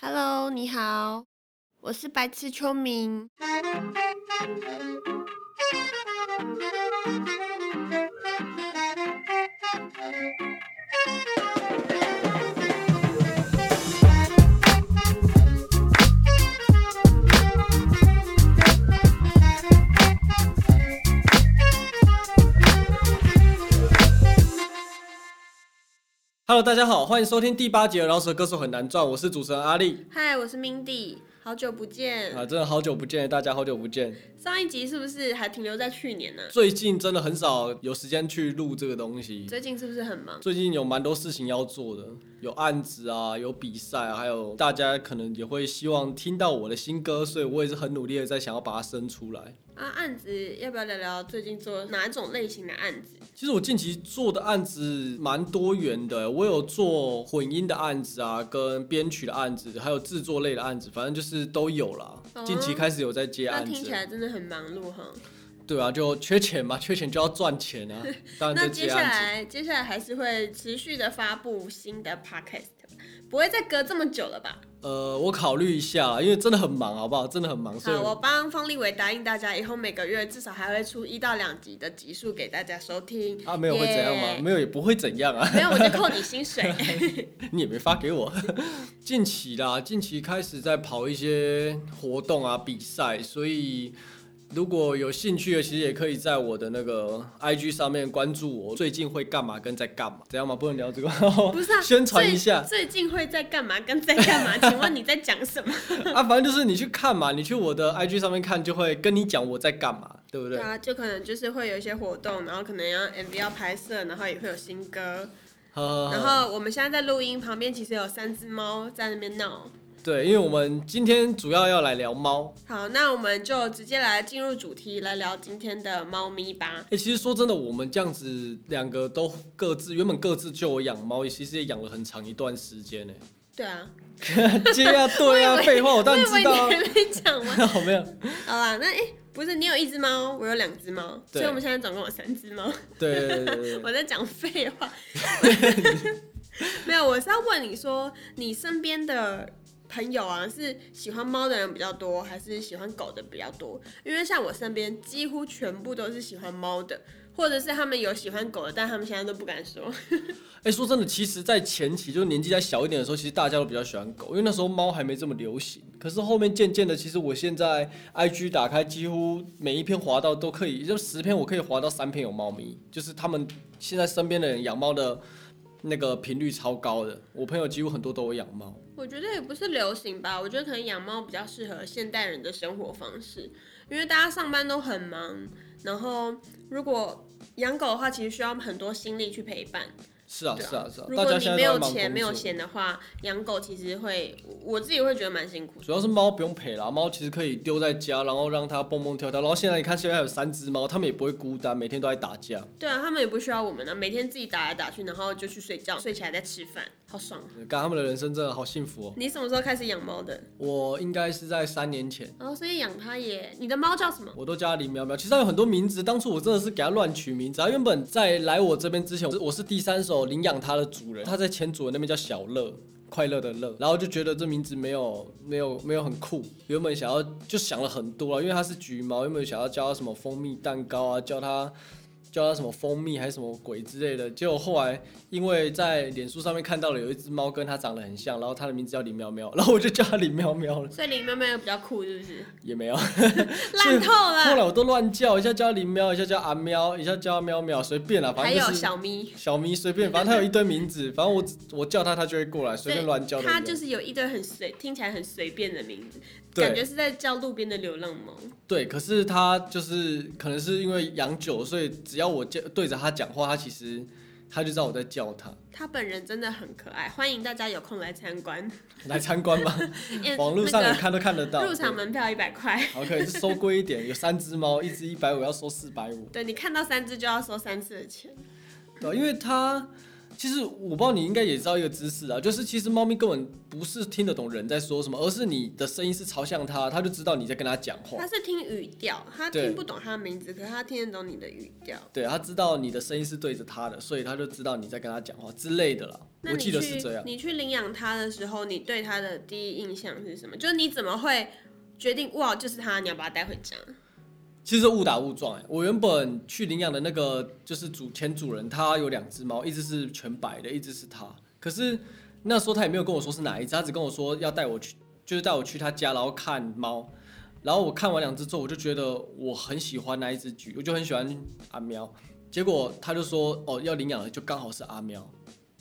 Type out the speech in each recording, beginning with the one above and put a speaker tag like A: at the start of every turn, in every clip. A: Hello，你好，我是白痴秋明。
B: Hello，大家好，欢迎收听第八集的《老舍歌手很难赚》，我是主持人阿力。
A: 嗨，我是 Mindy，好久不见。
B: 啊，真的好久不见，大家好久不见。
A: 上一集是不是还停留在去年呢、
B: 最近真的很少有时间去录这个东西，
A: 最近是不是很忙？
B: 最近有蛮多事情要做的，有案子啊，有比赛、啊，还有大家可能也会希望听到我的新歌，所以我也是很努力的在想要把它生出来。
A: 啊，案子要不要聊聊最近做哪种类型的案子？
B: 其实我近期做的案子蛮多元的，我有做混音的案子啊，跟编曲的案子，还有制作类的案子，反正就是都有啦。
A: 哦
B: 近期开始有在接
A: 那
B: 案子。
A: 听起来真的很忙碌哈。
B: 对啊，就缺钱嘛，缺钱就要赚 钱啊，当然
A: 那
B: 就接
A: 接下
B: 案子。
A: 来，接下来还是会持续的发布新的 podcast，不会再隔这么久了吧？
B: 呃，我考虑一下啦，因为真的很忙，好不好？真的很忙，所以
A: 好，我帮方立伟答应大家，以后每个月至少还会出一到两集的集数给大家收听。
B: 啊，没有会怎样吗？
A: 耶
B: 没有也不会怎样啊，
A: 没有，我就扣你薪水。
B: 你也没发给我。近期啦，近期开始在跑一些活动啊、比赛，所以如果有兴趣的，其实也可以在我的那个 IG 上面关注我，最近会干嘛跟在干嘛，怎样嘛？不能聊这个，
A: 不是啊，
B: 宣传一下
A: 最。最近会在干嘛？跟在干 嘛？请问你在讲什么？
B: 啊，反正就是你去看嘛，你去我的 IG 上面看，就会跟你讲我在干嘛，对不对？
A: 啊，就可能就是会有一些活动，然后可能要 MV 要拍摄，然后也会有新歌。
B: 呵呵呵
A: 然后我们现在在录音，旁边其实有三只猫在那边闹。
B: 对，因为我们今天主要要来聊猫。
A: 好，那我们就直接来进入主题，来聊今天的猫咪吧。
B: 哎、其实说真的，我们这样子两个都各自原本各自就有养猫，其实也养了很长一段时间呢。
A: 对啊，
B: 接啊，对啊，废话，我当然
A: 我以
B: 知
A: 为
B: 道
A: 你还 没讲完。
B: 啊。 好没有，
A: 好啦，那哎、诶不是你有一只猫，我有两只猫，
B: 对
A: 所以我们现在总共有三只猫。
B: 对对对对对，
A: 我在讲废话， 没有，我是要问你说，你身边的朋友啊，是喜欢猫的人比较多，还是喜欢狗的比较多？因为像我身边几乎全部都是喜欢猫的，或者是他们有喜欢狗的，但他们现在都不敢说。
B: 哎、说真的，其实，在前期就是年纪再小一点的时候，其实大家都比较喜欢狗，因为那时候猫还没这么流行。可是后面渐渐的，其实我现在 IG 打开，几乎每一篇滑到都可以，就十篇我可以滑到三篇有猫咪，就是他们现在身边的人养猫的那个频率超高的。我朋友几乎很多都有养猫，
A: 我觉得也不是流行吧，我觉得可能养猫比较适合现代人的生活方式，因为大家上班都很忙，然后如果养狗的话，其实需要很多心力去陪伴。
B: 是啊
A: 对啊
B: 是啊是啊，
A: 如
B: 大
A: 果
B: 家
A: 你
B: 现在
A: 没
B: 都
A: 有
B: 在忙
A: 钱没有
B: 工作。
A: 闲的话，养狗其实会，我自己会觉得蛮辛苦的。
B: 主要是猫不用陪啦，猫其实可以丢在家，然后让它蹦蹦跳跳。然后现在你看，现在还有三只猫，它们也不会孤单，每天都在打架。
A: 对啊，他们也不需要我们呢、每天自己打来打去，然后就去睡觉，睡起来再吃饭，好爽。哦
B: 干他们的人生真的好幸福哦。
A: 你什么时候开始养猫的？
B: 我应该是在三年前，
A: 然、后哦所以养它也，你的猫叫什么？
B: 我都叫它林苗苗。其实它有很多名字，当初我真的是给它乱取名字啊。它原本在来我这边之前，我是我是第三手领养它的主人，它在前主人那边叫小乐。快乐的乐，然后就觉得这名字没有没有没有很酷，原本想要就想了很多啊，因为它是橘猫，原本想要叫它什么蜂蜜蛋糕啊，叫它叫它什么蜂蜜还是什么鬼之类的，结果后来因为在脸书上面看到了有一只猫跟它长得很像，然后它的名字叫林喵喵，然后我就叫它林喵喵了，
A: 所以林喵喵比较酷，是不是？
B: 也没有。
A: 烂透
B: 后
A: 了。
B: 来我都乱叫，一下叫林喵，一下叫阿喵，一下叫喵喵，随便啦，反
A: 还
B: 正
A: 有
B: 就是
A: 小咪。
B: 小咪随便，反正它有一堆名字，反正我我叫它，它就会过来，随便乱叫的。
A: 它就是有一堆很随，听起来很随便的名字，
B: 对
A: 感觉是在叫路边的流浪猫。
B: 对，可是它就是可能是因为养久，所以只要我叫对着它讲话，它其实它就知道我在叫它。
A: 它本人真的很可爱，欢迎大家有空来参观。
B: 来参观吧，
A: 因为
B: 网络上
A: 那
B: 你
A: 个
B: 看都看得到。
A: 入场
B: 对
A: 门票一百块，
B: 好，可以是收贵一点，有三只猫，一只一百五，要收四百五。哦
A: 对你看到三只就要收三次的钱。
B: 对啊，因为它其实我不知道你应该也知道一个知识啊，就是其实猫咪根本不是听得懂人在说什么，而是你的声音是朝向它，它就知道你在跟它讲话
A: 它。是听语调，它
B: 对
A: 听不懂它的名字，可是它听得懂你的语调。
B: 对，它知道你的声音是对着它的，所以它就知道你在跟它讲话之类的啦。
A: 那
B: 我
A: 你
B: 记
A: 去
B: 得是这样。
A: 你去领养它的时候，你对它的第一印象是什么？就是你怎么会决定哇，就是它，你要把它带回家？
B: 其实误打误撞、欸，我原本去领养的那个就是主前主人，他有两只猫，一只是全白的，一只是他。可是那时候他也没有跟我说是哪一只，他只跟我说要带我去，就是带我去他家，然后看猫。然后我看完两只之后，我就觉得我很喜欢那一只橘，我就很喜欢阿喵。结果他就说哦要领养的就刚好是阿喵，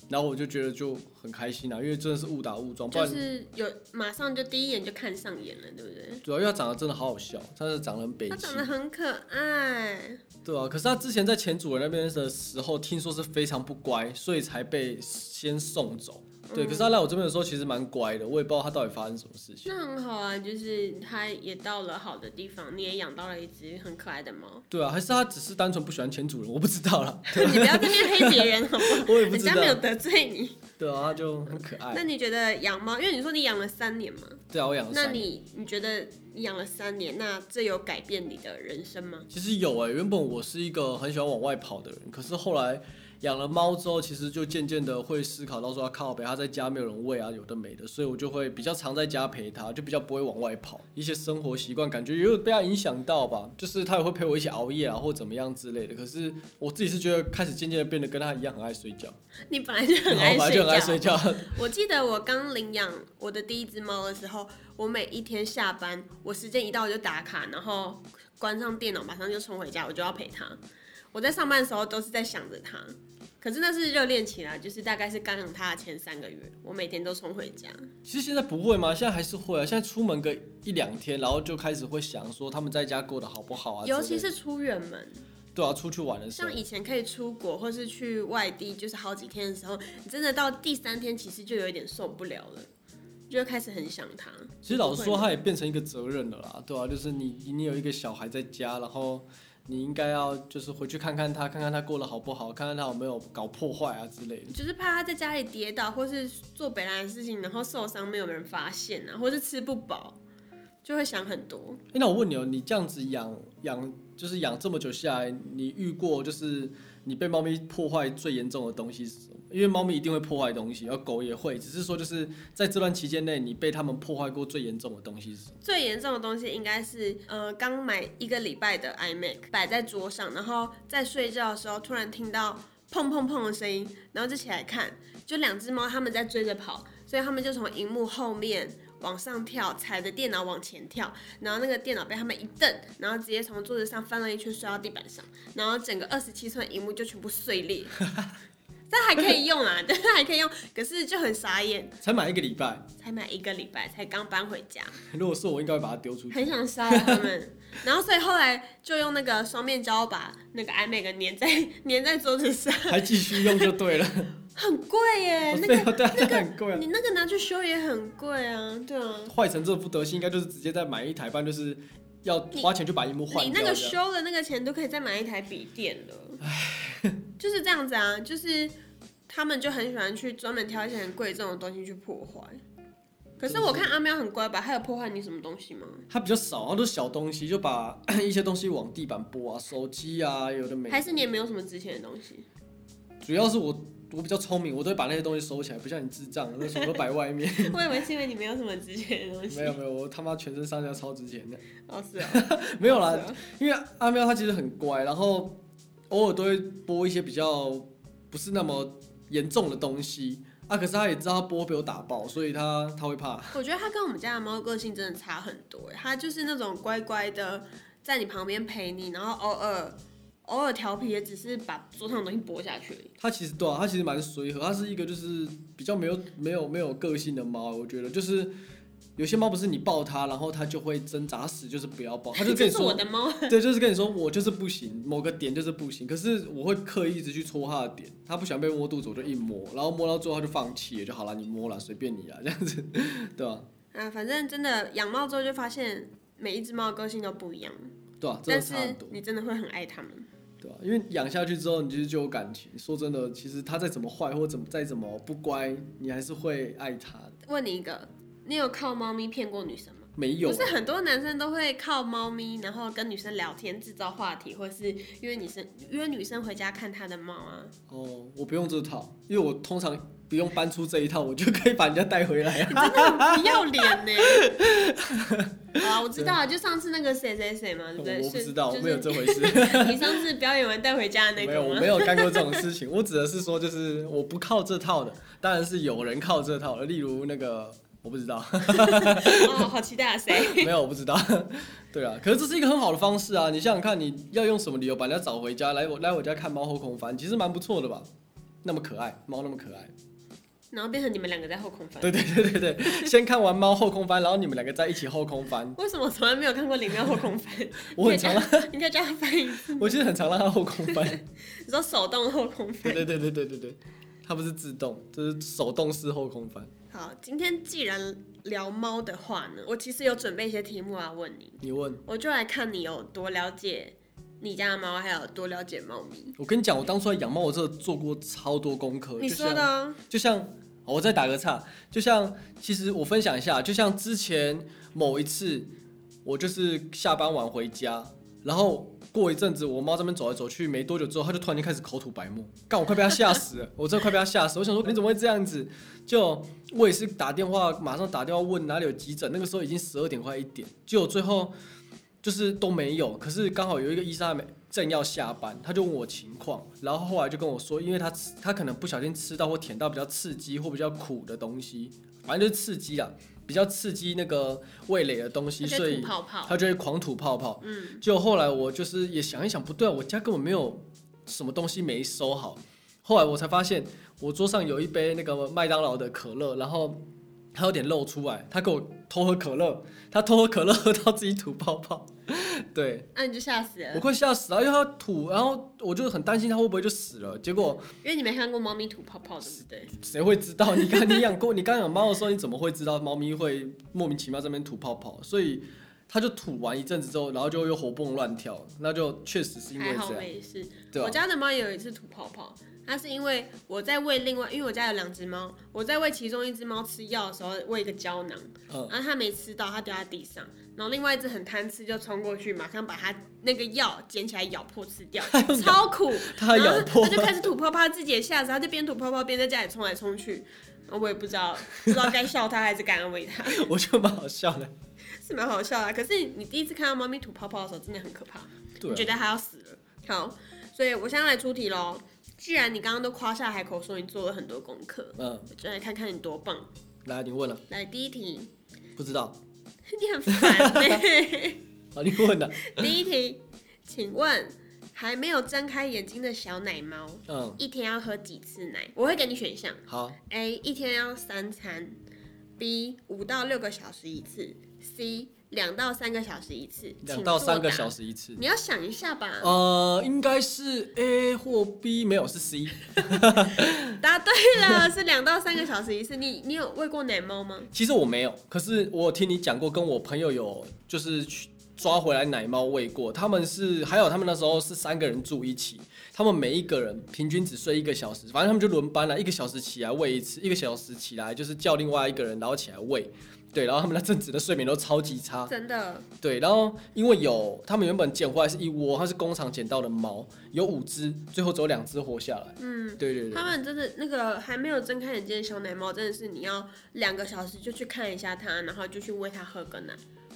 B: 然后我就觉得就很开心啊，因为真的是误打误撞，不
A: 就
B: 然
A: 是有马上就第一眼就看上眼了，对不对？
B: 主要因为它长得真的好好笑，它是长得很北
A: 它
B: 极。
A: 长得很可爱，
B: 对啊，可是他之前在前主人那边的时候，听说是非常不乖，所以才被先送走。
A: 嗯
B: 对，可是他来我这边的时候其实蛮乖的，我也不知道他到底发生什么事情。
A: 那很好啊，就是它也到了好的地方，你也养到了一只很可爱的 猫。
B: 对啊，还是他只是单纯不喜欢前主人，我不知道啦，
A: 你不要这边黑别人好吗？
B: 我 也不
A: 人
B: 知
A: 家
B: 道
A: 没。有得罪你。
B: 对啊，他就很可爱
A: 那。你觉得养猫，因为你说你养了三年嘛，
B: 对啊，我养了
A: 那
B: 三年。
A: 你你觉得你养了三年，那这有改变你的人生吗？
B: 其实有哎、原本我是一个很喜欢往外跑的人，可是后来养了猫之后，其实就渐渐的会思考到说，要靠北它在家没有人喂啊，有的没的，所以我就会比较常在家陪它，就比较不会往外跑。一些生活习惯感觉也有被它影响到吧，就是它也会陪我一起熬夜啊，或怎么样之类的。可是我自己是觉得开始渐渐的变得跟它一样很爱睡 觉，
A: 你本来就很
B: 然后
A: 爱
B: 哦本来
A: 睡
B: 就
A: 觉，
B: 很爱睡觉。
A: 我记得我刚领养我的第一只猫的时候，我每一天下班，我时间一到我就打卡，然后关上电脑，马上就冲回家，我就要陪它。我在上班的时候都是在想着它，可是那是热恋期啦，就是大概是刚养它的前三个月，我每天都冲回家。
B: 其实现在不会吗？现在还是会啊，现在出门个一两天，然后就开始会想说他们在家过得好不好啊之类
A: 尤
B: 的，
A: 其是出远门，
B: 对啊，出去玩的时候
A: 像。以前可以出国或是去外地，就是好几天的时候，你真的到第三天其实就有一点受不了了，就会开始很想它。
B: 其实老实说，
A: 会
B: 它也变成一个责任了啦，对啊，就是你你有一个小孩在家，然后你应该要就是回去看看他，看看他过得好不好，看看他有没有搞破坏啊之类的。
A: 就是怕他在家里跌倒，或是做北兰的事情，然后受伤没有人发现啊，或是吃不饱，就会想很多。
B: 哎、那我问你哦，你这样子养养就是养这么久下来，你遇过就是你被猫咪破坏最严重的东西是什么？因为猫咪一定会破坏东西，而狗也会，只是说就是在这段期间内，你被它们破坏过最严重的东西是什么？
A: 最严重的东西应该是，呃，刚买一个礼拜的 iMac 摆在桌上，然后在睡觉的时候突然听到砰砰砰的声音，然后就起来看，就两只猫它们在追着跑，所以它们就从荧幕后面往上跳，踩着电脑往前跳，然后那个电脑被它们一蹬，然后直接从桌子上翻了一圈摔到地板上，然后整个二十七寸荧幕就全部碎裂。但还可以用啊， 但是还可以用，可是就很傻眼，
B: 才买一个礼拜，
A: 才买一个礼拜，才刚搬回家。
B: 如果是我，应该会把它丢出去。
A: 很想杀了他们。然后所以后来就用那个双面胶把那个 iMac 粘在粘在桌子上，
B: 还继续用 就对了，
A: 很贵耶，哎 那
B: 对啊，
A: 个。
B: 对啊，这很贵啊。
A: 你那个拿去修也很贵啊，对啊。
B: 坏成这副德行，应该就是直接再买一台，不然就是要花钱去把荧幕换
A: 你
B: 掉这
A: 那
B: 样。
A: 个修的那个钱都可以再买一台笔电了。就是这样子啊，就是他们就很喜欢去专门挑一些很贵重的东西去破坏。可是我看阿喵很乖吧，它有破坏你什么东西吗？
B: 它比较少，它都是小东西，就把 一些东西往地板拨啊，手机啊，有的没。
A: 还是你也没有什么值钱的东西？
B: 主要是我我比较聪明，我都会把那些东西收起来，不像你智障，我什么都摆 外面。
A: 我以为是因为你没有什么值钱的东西
B: 没。有没有，我他妈全身上下超值 钱的。
A: 哦，是哦。
B: 没有啦
A: 是，哦
B: 因为阿喵它其实很乖，然后偶尔都会播一些比较不是那么严重的东西啊，可是它也知道它播被我打爆，所以它它会怕。
A: 我觉得它跟我们家的猫个性真的差很多欸，它就是那种乖乖的在你旁边陪你，然后偶尔偶尔调皮，也只是把桌上的东西拨下去而已。
B: 它其实对啊，它其实蛮随和，它是一个就是比较没有没有没有个性的猫，我觉得就是有些猫不是你抱它，然后它就会挣扎死，就是不要抱，它哦就 跟
A: 这
B: 你
A: 是我
B: 说，
A: 的猫，
B: 对，就是跟你说我就是不行，某个点就是不行。可是我会刻意一直去戳它的点，它不喜欢被摸肚子，我就一摸，然后摸到最后它就放弃了，就好了，你摸了随便你啊，这样子， 对吧、
A: 啊，反正真的养猫之后就发现每一只猫的个性都不一样，
B: 对吧、真
A: 但
B: 的
A: 是
B: 差很多，
A: 你真的会很爱它们。
B: 对吧、啊因为养下去之后，你其实就有感情。说真的，其实它再怎么坏，或怎么再怎么不乖，你还是会爱它的。
A: 问你一个，你有靠猫咪骗过女生吗？
B: 没有啊
A: 不，是很多男生都会靠猫咪，然后跟女生聊天，制造话题，或是约女生约女生回家看他的猫啊。
B: 哦，我不用这套，因为我通常不用搬出这一套，我就可以把人家带回来啊。
A: 你真的很不要脸 呢、好啊，我知道了，就上次那个谁谁谁嘛，对不 对？
B: 我不
A: 是
B: 知道，我
A: 就
B: 没有
A: 是
B: 这回事。
A: 你上次表演完带回家 的那
B: 没有，
A: 个
B: 我
A: 吗？
B: 没有干过这种事情。我指的是说，就是我不靠这套的，当然是有人靠这套的，例如那个我不知 道，
A: 哦，好期待啊，谁？
B: 没有我不知道。对啊，可是这是一个很好的方式啊！你想想看，你要用什么理由把人家找回家来我来我家看猫后空翻，其实蛮不错的吧？那么可爱，猫那么可爱。
A: 然后变成你们两个在后空翻。
B: 对对对对对，先看完猫后空翻，然后你们两个在一起后空翻。
A: 为什么我从来没有看过林妙后空翻？
B: 我很 啊常让，
A: 你可以叫他翻译，
B: 我其实很常让它后空翻。
A: 你说手动后空翻
B: 对。对对对对对对，它不是自动，这是手动式后空翻。
A: 好，今天既然聊猫的话呢，我其实有准备一些题目啊问你，
B: 你问。
A: 我就来看你有多了解你家的猫，还有多了解猫咪。
B: 我跟你讲，我当初在养猫，我真的做过超多功课。
A: 你
B: 就
A: 说
B: 像
A: 的哦，
B: 就像，哦我再打个岔，就像其实我分享一下，就像之前某一次，我就是下班晚回家，然后过一阵子我猫这边走来走去，没多久之后，它就突然间开始口吐白沫，干我快被它吓死了，我真的快被它吓死了，我想说你怎么会这样子？就我也是打电话，马上打电话问哪里有急诊，那个时候已经十二点快一点，结果最后就是都没有，可是刚好有一个医生还没正要下班，他就问我情况，然后后来就跟我说，因为他吃他可能不小心吃到或舔到比较刺激或比较苦的东西，反正就是刺激啦，比较刺激那个味蕾的东西，
A: 它就
B: 所
A: 会
B: 以
A: 吐泡泡。
B: 他就会狂吐泡泡。
A: 嗯，
B: 就后来我就是也想一想，不对、啊，我家根本没有什么东西没收好。后来我才发现，我桌上有一杯那个麦当劳的可乐，然后它有点漏出来，他给我偷喝可乐，他偷喝可乐喝到自己吐泡泡， 对，
A: 那、啊你就吓死了
B: 我，快吓死了，因为它吐，然后我就很担心它会不会就死了。结果
A: 因为你没看过猫咪吐泡泡，对不对？
B: 谁会知道？你看你养过，你刚养猫的时候，你怎么会知道猫咪会莫名其妙这边吐泡泡？所以它就吐完一阵子之后，然后就又活蹦乱跳，那就确实是因为
A: 还好
B: 这样，
A: 没事。
B: 对吧、啊
A: 我家的猫也有一次吐泡泡，它是因为我在喂另外，因为我家有两只猫，我在喂其中一只猫吃药的时候喂一个胶囊，
B: 嗯，
A: 然后它没吃到，它掉在地上，然后另外一只很贪吃，就冲过去，马上把它那个药捡起来咬破吃 掉，超苦。
B: 它还咬
A: 然后
B: 破
A: 它就开始吐泡泡，它自己也吓死，它就边吐泡泡边在家里冲来冲去。我也不知道，不知道该笑它还是该安慰它，
B: 我觉得蛮好笑的。
A: 是蛮好笑的。啊可是你第一次看到猫咪吐泡泡的时候，真的很可怕。
B: 对
A: 你觉
B: 啊、
A: 得他要死了。好，所以我现在来出题喽。既然你刚刚都夸下海口说你做了很多功课，
B: 嗯，
A: 我就来看看你多棒。
B: 来，你问了，
A: 来，第一题，
B: 不知道
A: 你很烦呢、
B: 啊？你问了，
A: 第一题，请问还没有睁开眼睛的小奶猫，
B: 嗯，
A: 一天要喝几次奶？我会给你选项
B: 好，
A: ：A. 一天要三餐；B. 五到六个小时一次；C. 两到三个小时一次。
B: 两到三个小
A: 时，
B: 时一次。
A: 你要想一下吧。
B: 呃，应该是 A 或 B，没有是 C。
A: 答对了， 是两到三个小时一次。你你有喂过奶猫吗？
B: 其实我没有，可是我有听你讲过，跟我朋友有就是去抓回来奶猫喂过。他们是还有他们那时候是三个人住一起，他们每一个人平均只睡一个小时，反正他们就轮班了，一个小时起来喂一次，一个小时起来就是叫另外一个人，然后起来喂。对，然后他们那阵子的睡眠都超级差。
A: 真的，
B: 对，然后因为有他们原本捡回来是一窝，它是工厂捡到的猫，有五只，最后只有两只活下来。
A: 嗯，
B: 对对对。
A: 他们真的那个还没有睁开眼睛的小奶猫，真的是你要两个小时就去看一下它，然后就去喂它喝个奶，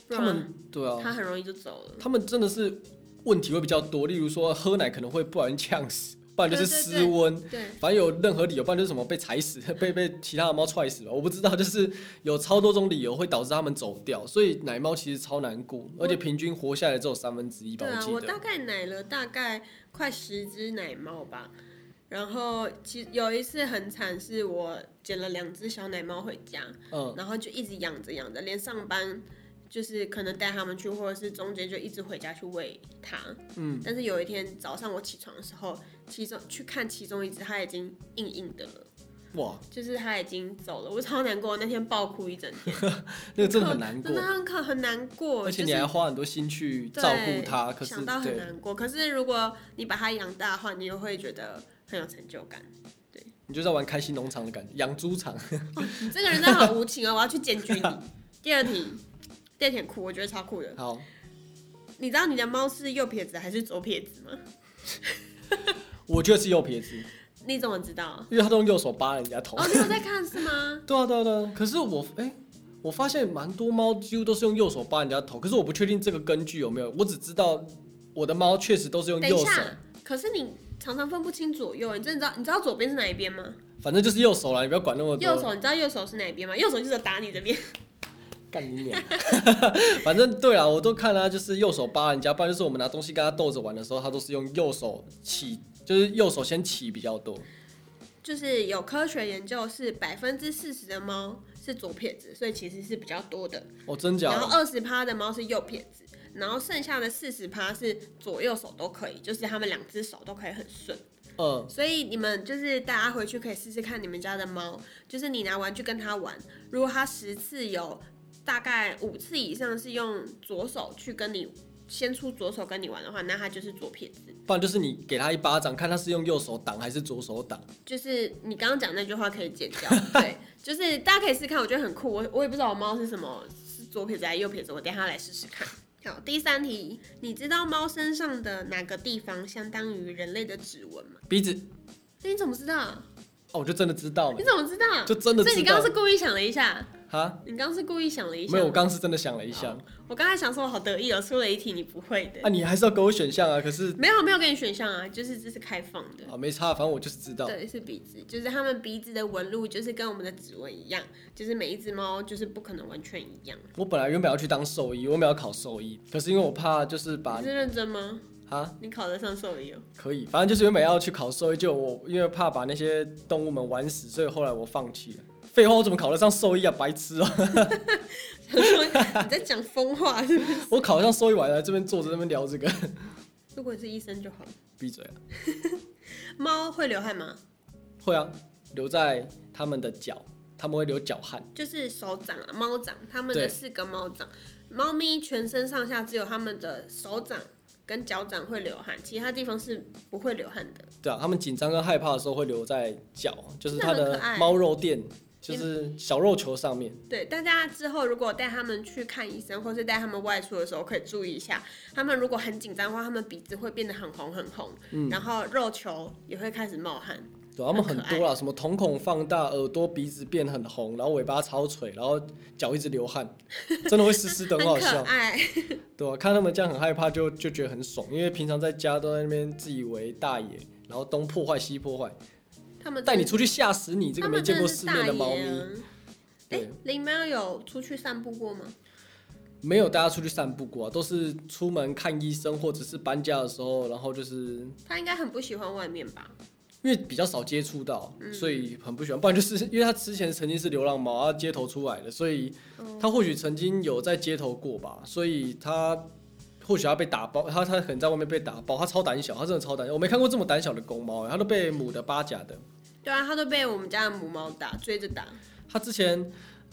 A: 不
B: 他
A: 然
B: 们对啊，
A: 它很容易就走了。
B: 他们真的是问题会比较多，例如说喝奶可能会不小心呛死，不然就是失温，
A: 对，
B: 反正有任何理由，不然就是什么被踩死、 被被其他的猫踹死吧，我不知道，就是有超多种理由会导致它们走掉，所以奶猫其实超难过，而且平均活下来只有三分之一吧，
A: 对啊，
B: 记
A: 我
B: 得。
A: 大概奶了大概快十只奶猫吧。然后其实有一次很惨，是我捡了两只小奶猫回家，
B: 嗯，
A: 然后就一直养着养着，连上班就是可能带他们去，或者是中间就一直回家去喂它。
B: 嗯，
A: 但是有一天早上我起床的时候，其中去看其中一只，它已经硬硬的了，
B: 哇，
A: 就是他已经走了，我超难过，那天爆哭一整天，
B: 那个真的很难过
A: 真的，很可很难过，
B: 而且
A: 就
B: 你
A: 是
B: 还花很多心去照顾他，
A: 对
B: 可是
A: 想到很
B: 对，
A: 难过。可是如果你把它养大的话，你又会觉得很有成就感。
B: 你就在玩开心农场的感觉，养猪场。
A: 你这个人真的好无情哦，我要去检举 你。第二题，第二题很酷，我觉得超酷的。
B: 好，
A: 你知道你的猫是右撇子还是左撇子吗？
B: 我觉得是右撇子，
A: 你怎么知 道？
B: 因为他都用右手扒人家头。
A: 哦，你有在看是吗？
B: 对啊，对啊，对啊。可是我哎、我发现蛮多猫几乎都是用右手扒人家头，可是我不确定这个根据有没有，我只知道我的猫确实都是用
A: 等一
B: 右手，
A: 下，可是你常常分不清左右，你真的知道？你知道左边是哪一边吗？
B: 反正就是右手啦，你不要管那么多。
A: 右手，你知道右手是哪一边吗？右手就是打你这边。
B: 干你娘！ 反正对啊，我都看他就是右手扒人家，不然就是我们拿东西跟他斗着玩的时候，他都是用右手起，就是右手先起比较多。
A: 就是有科学研究是百分之四十的猫是左撇子，所以其实是比较多的。
B: 哦，真假
A: 然
B: 的？
A: 后二十趴的猫是右撇子，然后剩下的四十趴是左右手都可以，就是它们两只手都可以很顺。
B: 嗯，
A: 所以你们就是大家回去可以试试看你们家的猫，就是你拿玩具跟它玩，如果它十次有大概五次以上是用左手去跟你先出左手跟你玩的话，那它就是左撇子。
B: 不然就是你给他一巴掌，看他是用右手挡还是左手挡。
A: 就是你刚刚讲那句话可以剪掉， 对，就是大家可以试试看，我觉得很酷。我我也不知道我猫是什么，是左撇子还是右撇子，我等一下来试试看。好，第三题，你知道猫身上的哪个地方相当于人类的指纹吗？
B: 鼻子，
A: 那你怎么知道？
B: 哦，我就真的知道了
A: 你，怎么知道？
B: 就真的
A: 所以
B: 知
A: 你刚
B: 道
A: 刚是故意想了一下，
B: 哈。
A: 你刚刚是故意想了嗯一下。
B: 没有，我，刚刚是真的想了一下，
A: 我刚才想说，我好得意哦，出了一题你不会的。
B: 啊，你还是要给我选项啊，可是
A: 没有，没有给你选项啊，就是这是开放的。
B: 啊没差，反正我就是知道。
A: 对，是鼻子，就是它们鼻子的纹路就是跟我们的指纹一样，就是每一只猫就是不可能完全一样。
B: 我本来原本要去当兽医，我原本要考兽医，可是因为我怕就是把
A: 你是认真吗？
B: 啊
A: 你考得上兽医哦？
B: 可以，反正就是原本要去考兽医，就我因为怕把那些动物们玩死，所以后来我放弃了。废话，我怎么考得上兽医啊？白痴哦、
A: 想说你在讲疯话是不是？
B: 我考得上兽医，我还来这边坐着那边聊这个，
A: 如果是医生就好了。
B: 闭嘴啊！
A: 猫会流汗吗？
B: 会啊，留在他们的脚，他们会流脚汗。
A: 就是手掌啊，猫掌，它们
B: 对
A: 的四个猫掌。猫咪全身上下只有它们的手掌跟脚掌会流汗，其他地方是不会流汗的。
B: 对啊，他们紧张跟害怕的时候会留在脚，就是它
A: 那很
B: 的
A: 可爱
B: 猫肉垫，就是小肉球上面。
A: 对，大家之后如果带它们去看医生，或是带它们外出的时候，可以注意一下，它们如果很紧张的话，它们鼻子会变得很红很红，
B: 嗯
A: 然后肉球也会开始冒汗。
B: 对啊，他们
A: 很
B: 很
A: 可爱
B: 多啦，什么瞳孔放大，耳朵、鼻子变很红，然后尾巴超垂，然后脚一直流汗， 真的会湿湿的，很好
A: 很可
B: 笑。
A: 爱，
B: 对啊，看他们这样很害怕就，就觉得很爽，因为平常在家都在那边自以为大爷，然后东破坏西破坏，
A: 他们
B: 带你出去吓死你这个
A: 他
B: 没
A: 们
B: 见
A: 真
B: 过
A: 的
B: 世
A: 是
B: 面
A: 大
B: 的猫
A: 爷
B: 咪。
A: 啊。哎、
B: 对，
A: 灵喵有出去散步过吗？
B: 没有带它出去散步过、啊，都是出门看医生或者是搬家的时候，然后就是
A: 它应该很不喜欢外面吧？
B: 因为比较少接触到，所以很不喜欢。不然就是因为它之前曾经是流浪猫，它街头出来的，所以它或许曾经有在街头过吧，所以它或许它被打包，它它可能在外面被打包，它超胆小，它真的超胆小，我没看过这么胆小的公猫，它都被母的巴甲的。
A: 对啊，它都被我们家的母猫打，追着打。
B: 它之前。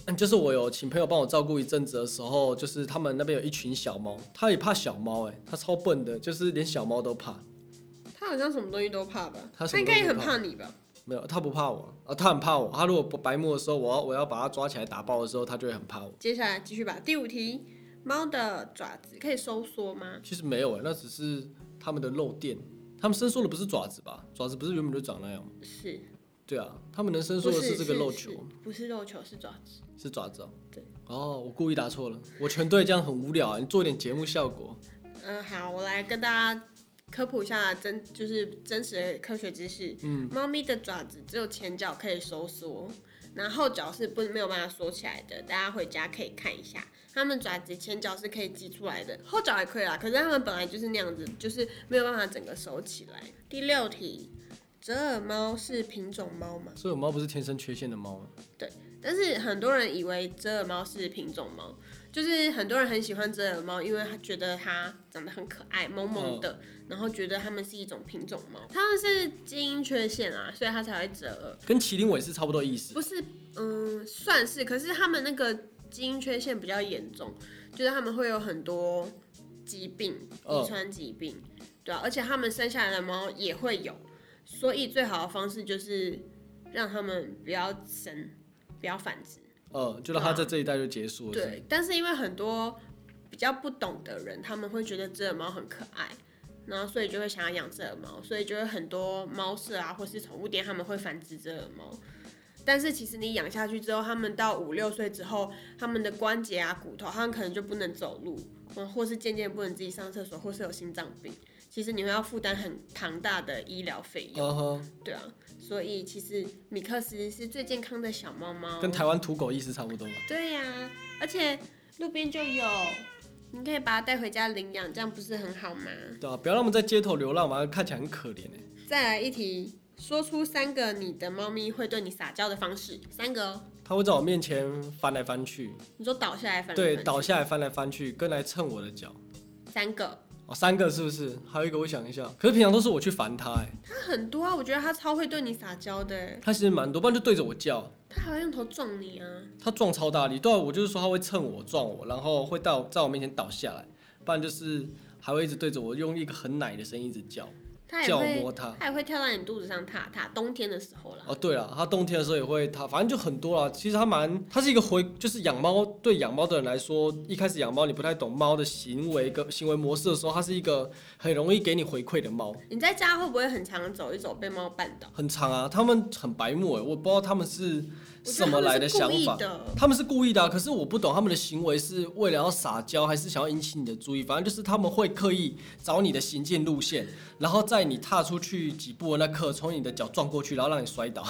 B: 嗯就是我有请朋友帮我照顾一阵子的时候，就是他们那边有一群小猫，它也怕小猫，哎，它超笨的，就是连小猫都怕。
A: 它好像什么东西都怕吧？
B: 它什
A: 它
B: 么
A: 应该也
B: 东西
A: 很
B: 都
A: 怕你吧？
B: 没有，它不怕我，啊，它很怕我。它如果不白目的时候，我要我要把它抓起来打爆的时候，它就会很怕我。
A: 接下来继续吧。第五题，猫的爪子可以收缩吗？
B: 其实没有哎、那只是它们的肉垫，它们伸缩的不是爪子吧？爪子不是原本就长那样吗？
A: 是，
B: 对啊，它们能伸缩的
A: 不是
B: 这个肉，
A: 是
B: 球，
A: 不是肉球，是爪子。
B: 是爪子哦、
A: 对。
B: 哦，我故意答错了，我全对这样很无聊啊！你做点节目效果。
A: 嗯，好，我来跟大家科普一下真就是真实的科学知识。嗯，猫咪的爪子只有前脚可以收缩，然后后脚是不没有办法缩起来的。大家回家可以看一下，它们爪子前脚是可以挤出来的，后脚也可以啦。可是它们本来就是那样子，就是没有办法整个收起来。第六题，折耳猫是品种猫吗？
B: 所以我猫不是天生缺陷的猫吗？
A: 但是很多人以为折耳猫是品种猫，就是很多人很喜欢折耳猫，因为他觉得它长得很可爱，萌萌的，然后觉得它们是一种品种猫，它们是基因缺陷啊，所以它才会折耳。
B: 跟麒麟尾是差不多意思。
A: 不是，嗯，算是，可是他们那个基因缺陷比较严重，就是他们会有很多疾病，
B: 嗯
A: 遗传疾病，对啊，而且他们生下来的猫也会有，所以最好的方式就是让他们不要生，不要繁殖。
B: 嗯，就让它在这一代就结束了。是不是，
A: 对，但是因为很多比较不懂的人，他们会觉得折耳猫很可爱。然后，所以就会想要养折耳猫，所以就会很多猫舍啊，或是宠物店，他们会繁殖折耳猫。但是其实你养下去之后，他们到五六岁之后，他们的关节啊、骨头，他们可能就不能走路，嗯，或是渐渐不能自己上厕所，或是有心脏病。其实你会要负担很庞大的医疗费用，
B: 嗯哼，
A: 对啊。所以其实米克斯是最健康的小猫猫，
B: 跟台湾土狗意思差不多吧。
A: 对呀、而且路边就有，你可以把它带回家领养，这样不是很好吗？
B: 对啊，不要让他们在街头流浪嘛，看起来很可怜哎。
A: 再来一题，说出三个你的猫咪会对你撒娇的方式，三个哦。
B: 它会在我面前翻来翻去，
A: 你说倒下来反
B: 对，
A: 正
B: 倒下来翻来翻去，跟来蹭我的脚。
A: 三个，
B: 哦，三个是不是？还有一个我想一下，可是平常都是我去烦它哎，
A: 它很多啊，我觉得它超会对你撒娇的欸，
B: 它其实蛮多，不然就对着我叫。
A: 它还会用头撞你啊。
B: 它撞超大力，对啊，我就是说它会蹭我撞我，然后会到在我面前倒下来，不然就是还会一直对着我用一个很奶的声音一直叫，
A: 它也
B: 叫我
A: 会，
B: 摸它。
A: 它也会跳到你肚子上踏踏，冬天的时候啦。
B: 哦，对了，它冬天的时候也会，它反正就很多啦。其实它蛮，它是一个回，就是养猫对养猫的人来说，一开始养猫你不太懂猫的行为跟行为模式的时候，它是一个很容易给你回馈的猫。
A: 你在家会不会很常走一走被猫绊倒？
B: 很长啊，他们很白目哎，我不知道他们是
A: 我觉
B: 什
A: 得
B: 么
A: 它们
B: 来
A: 是
B: 的想
A: 故意
B: 法。
A: 的
B: 他们是故意的、啊，可是我不懂他们的行为是为了要撒娇，还是想要引起你的注意？反正就是他们会刻意找你的行进路线，然后在你踏出去几步的那刻，从你的脚撞过去，然后让你摔倒。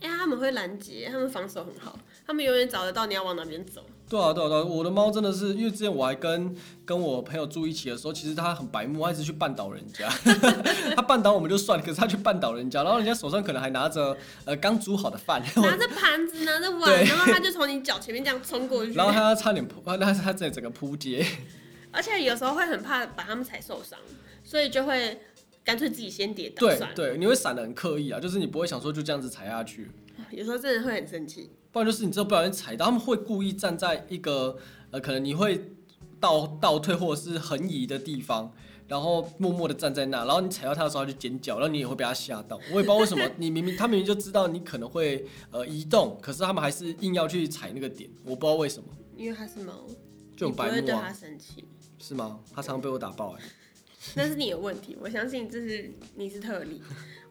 A: 哎、他们会拦截，他们防守很好，他们永远找得到你要往哪边走。
B: 对啊，对啊，对啊，我的猫真的是，因为之前我还跟跟我朋友住一起的时候，其实它很白目，它一直去绊倒人家。 它绊倒我们就算了，可是它去绊倒人家，然后人家手上可能还拿着呃刚煮好的饭，
A: 拿着盘子，拿着碗，
B: 对
A: 然后他就从你脚前面这样冲过去，
B: 然后它差点扑，它它整整个扑街。
A: 而且有时候会很怕把他们踩受伤，所以就会干脆自己先跌倒
B: 对
A: 算了。
B: 对，你会闪的很刻意啊，就是你不会想说就这样子踩下去，
A: 有时候真的会很生气，
B: 不然就是你之后不小心踩到，他们会故意站在一个呃，可能你会倒倒退或者是横移的地方，然后默默的站在那，然后你踩到他的时候他就尖叫，然后你也会被他吓到。我也不知道为什么，你明明他明明就知道你可能会呃移动，可是他们还是硬要去踩那个点，我不知道为什么，
A: 因为它是猫，
B: 就
A: 你
B: 很
A: 不会
B: 白目
A: 对
B: 啊
A: 它，生气，
B: 是吗？他常常被我打爆哎、
A: 那是你的问题。我相信这是你是特例。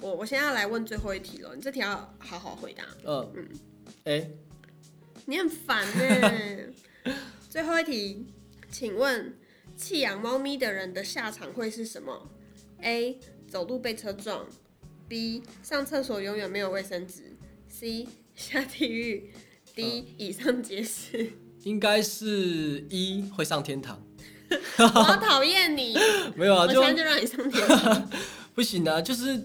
A: 我我现在要来问最后一题了，你这题要好好回答，
B: 嗯，哎、
A: 你很烦呢、最后一题，请问弃养猫咪的人的下场会是什么？A. 走路被车撞，B. 上厕所永远没有卫生纸，C. 下地狱，D. 以上皆是。
B: 应该是一会上天堂，
A: 我好讨厌你，
B: 没有啊，
A: 我
B: 就
A: 现在就让你上天堂。
B: 不行啊，就是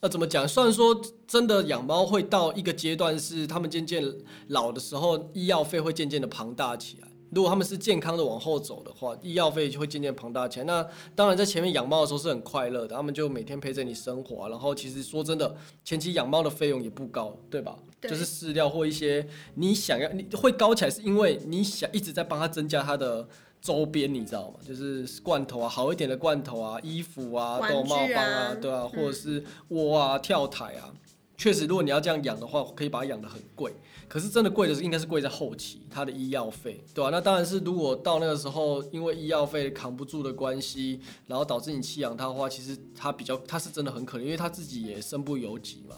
B: 呃，怎么讲？虽然说真的养猫会到一个阶段，是它们渐渐老的时候，医药费会渐渐的庞大起来。如果它们是健康的往后走的话，医药费就会渐渐庞大起来。那当然，在前面养猫的时候是很快乐的，它们就每天陪着你生活啊、然后其实说真的，前期养猫的费用也不高，对吧？
A: 对
B: 就是饲料或一些你想要，你会高起来，是因为你想一直在帮它增加它的周边，你知道吗？就是罐头啊，好一点的罐头啊，衣服啊，
A: 玩具啊
B: 逗
A: 嗯
B: 猫棒啊，对啊，或者是窝啊、跳台啊。确实，如果你要这样养的话，可以把它养得很贵。可是真的贵的是，应该是贵在后期，它的医药费，对啊吧、那当然是如果到那个时候，因为医药费扛不住的关系，然后导致你弃养它的话，其实它比较，它是真的很可怜，因为它自己也身不由己嘛，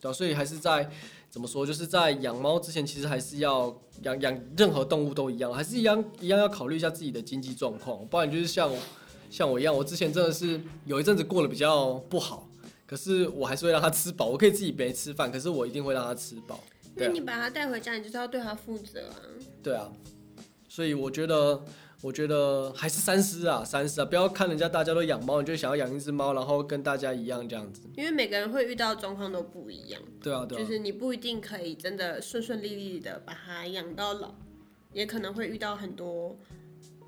B: 对、啊、所以还是在怎么说，就是在养猫之前，其实还是要养养任何动物都一样，还是一样一样要考虑一下自己的经济状况，不然就是像我像我一样，我之前真的是有一阵子过得比较不好，可是我还是会让它吃饱，我可以自己没吃饭，可是我一定会让它吃饱。对
A: 那
B: 啊
A: 你把它带回家，你就是要对它负责啊。
B: 对啊，所以我觉得我觉得还是三思啊，三思啊！不要看人家大家都养猫，你就想要养一只猫，然后跟大家一样这样子。
A: 因为每个人会遇到的状况都不一样，
B: 对啊，对
A: 就
B: 啊，
A: 是你不一定可以真的顺顺利利的把它养到老，也可能会遇到很多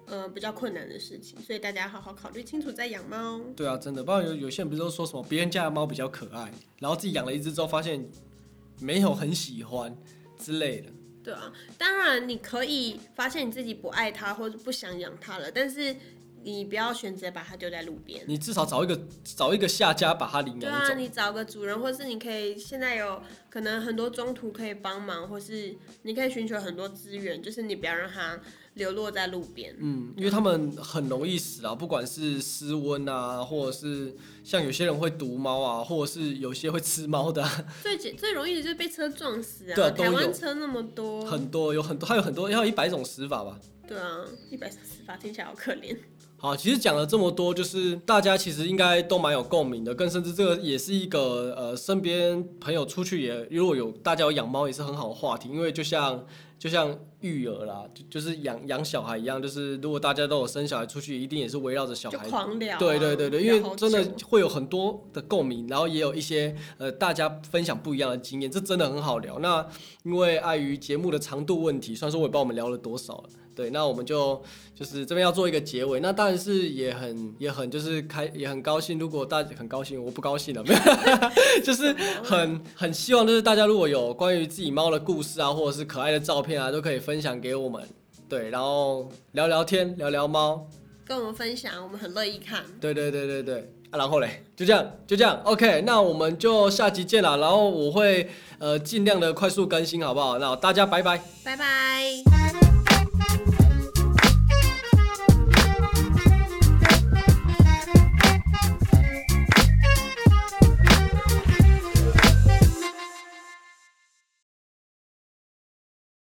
A: 呃比较困难的事情，所以大家好好考虑清楚再养猫。
B: 对啊，真的。不然有有些人不是都说什么别人家的猫比较可爱，然后自己养了一只之后发现没有很喜欢之类的。
A: 对啊，当然你可以发现你自己不爱它或者不想养它了，但是你不要选择把它丢在路边。
B: 你至少找一个找一个下家把它领
A: 对
B: 养
A: 啊，
B: 走。
A: 你找个主人，或是你可以现在有可能很多中途可以帮忙，或是你可以寻求很多资源，就是你不要让它流落在路边。
B: 嗯，因为他们很容易死啊，不管是失温啊，或者是像有些人会毒猫啊，或者是有些会吃猫的啊、
A: 最简最容易的就是被车撞死
B: 对
A: 啊！
B: 啊
A: 台
B: 都有
A: 湾车那么多，
B: 很多有很多，还有很多，要一百种死法吧。
A: 对啊，一百三十八听起来好可怜。
B: 好，其实讲了这么多，就是大家其实应该都蛮有共鸣的，更甚至这个也是一个呃，身边朋友出去也如果有大家有养猫也是很好的话题，因为就像就像育儿啦，就就是养养小孩一样，就是如果大家都有生小孩出去，一定也是围绕着小
A: 就
B: 孩。
A: 狂聊啊、
B: 对对对对，因
A: 聊
B: 为
A: 好
B: 真的
A: 久
B: 会有很多的共鸣，然后也有一些呃大家分享不一样的经验，这真的很好聊。那因为碍于节目的长度问题，虽然说我也不知道我们聊了多少了，对，那我们就就是这边要做一个结尾。那当然是也很也很就是开也很高兴，如果大家很高兴，我不高兴了，没有， 就是很很希望就是大家如果有关于自己猫的故事啊，或者是可爱的照片啊，都可以分享给我们。对，然后聊聊天，聊聊猫，
A: 跟我们分享，我们很乐意看。
B: 对对对对对，啊、然后嘞，就这样，就这样，OK，那我们就下集见啦。然后我会呃尽量的快速更新，好不好？那大家拜拜。
A: 拜拜。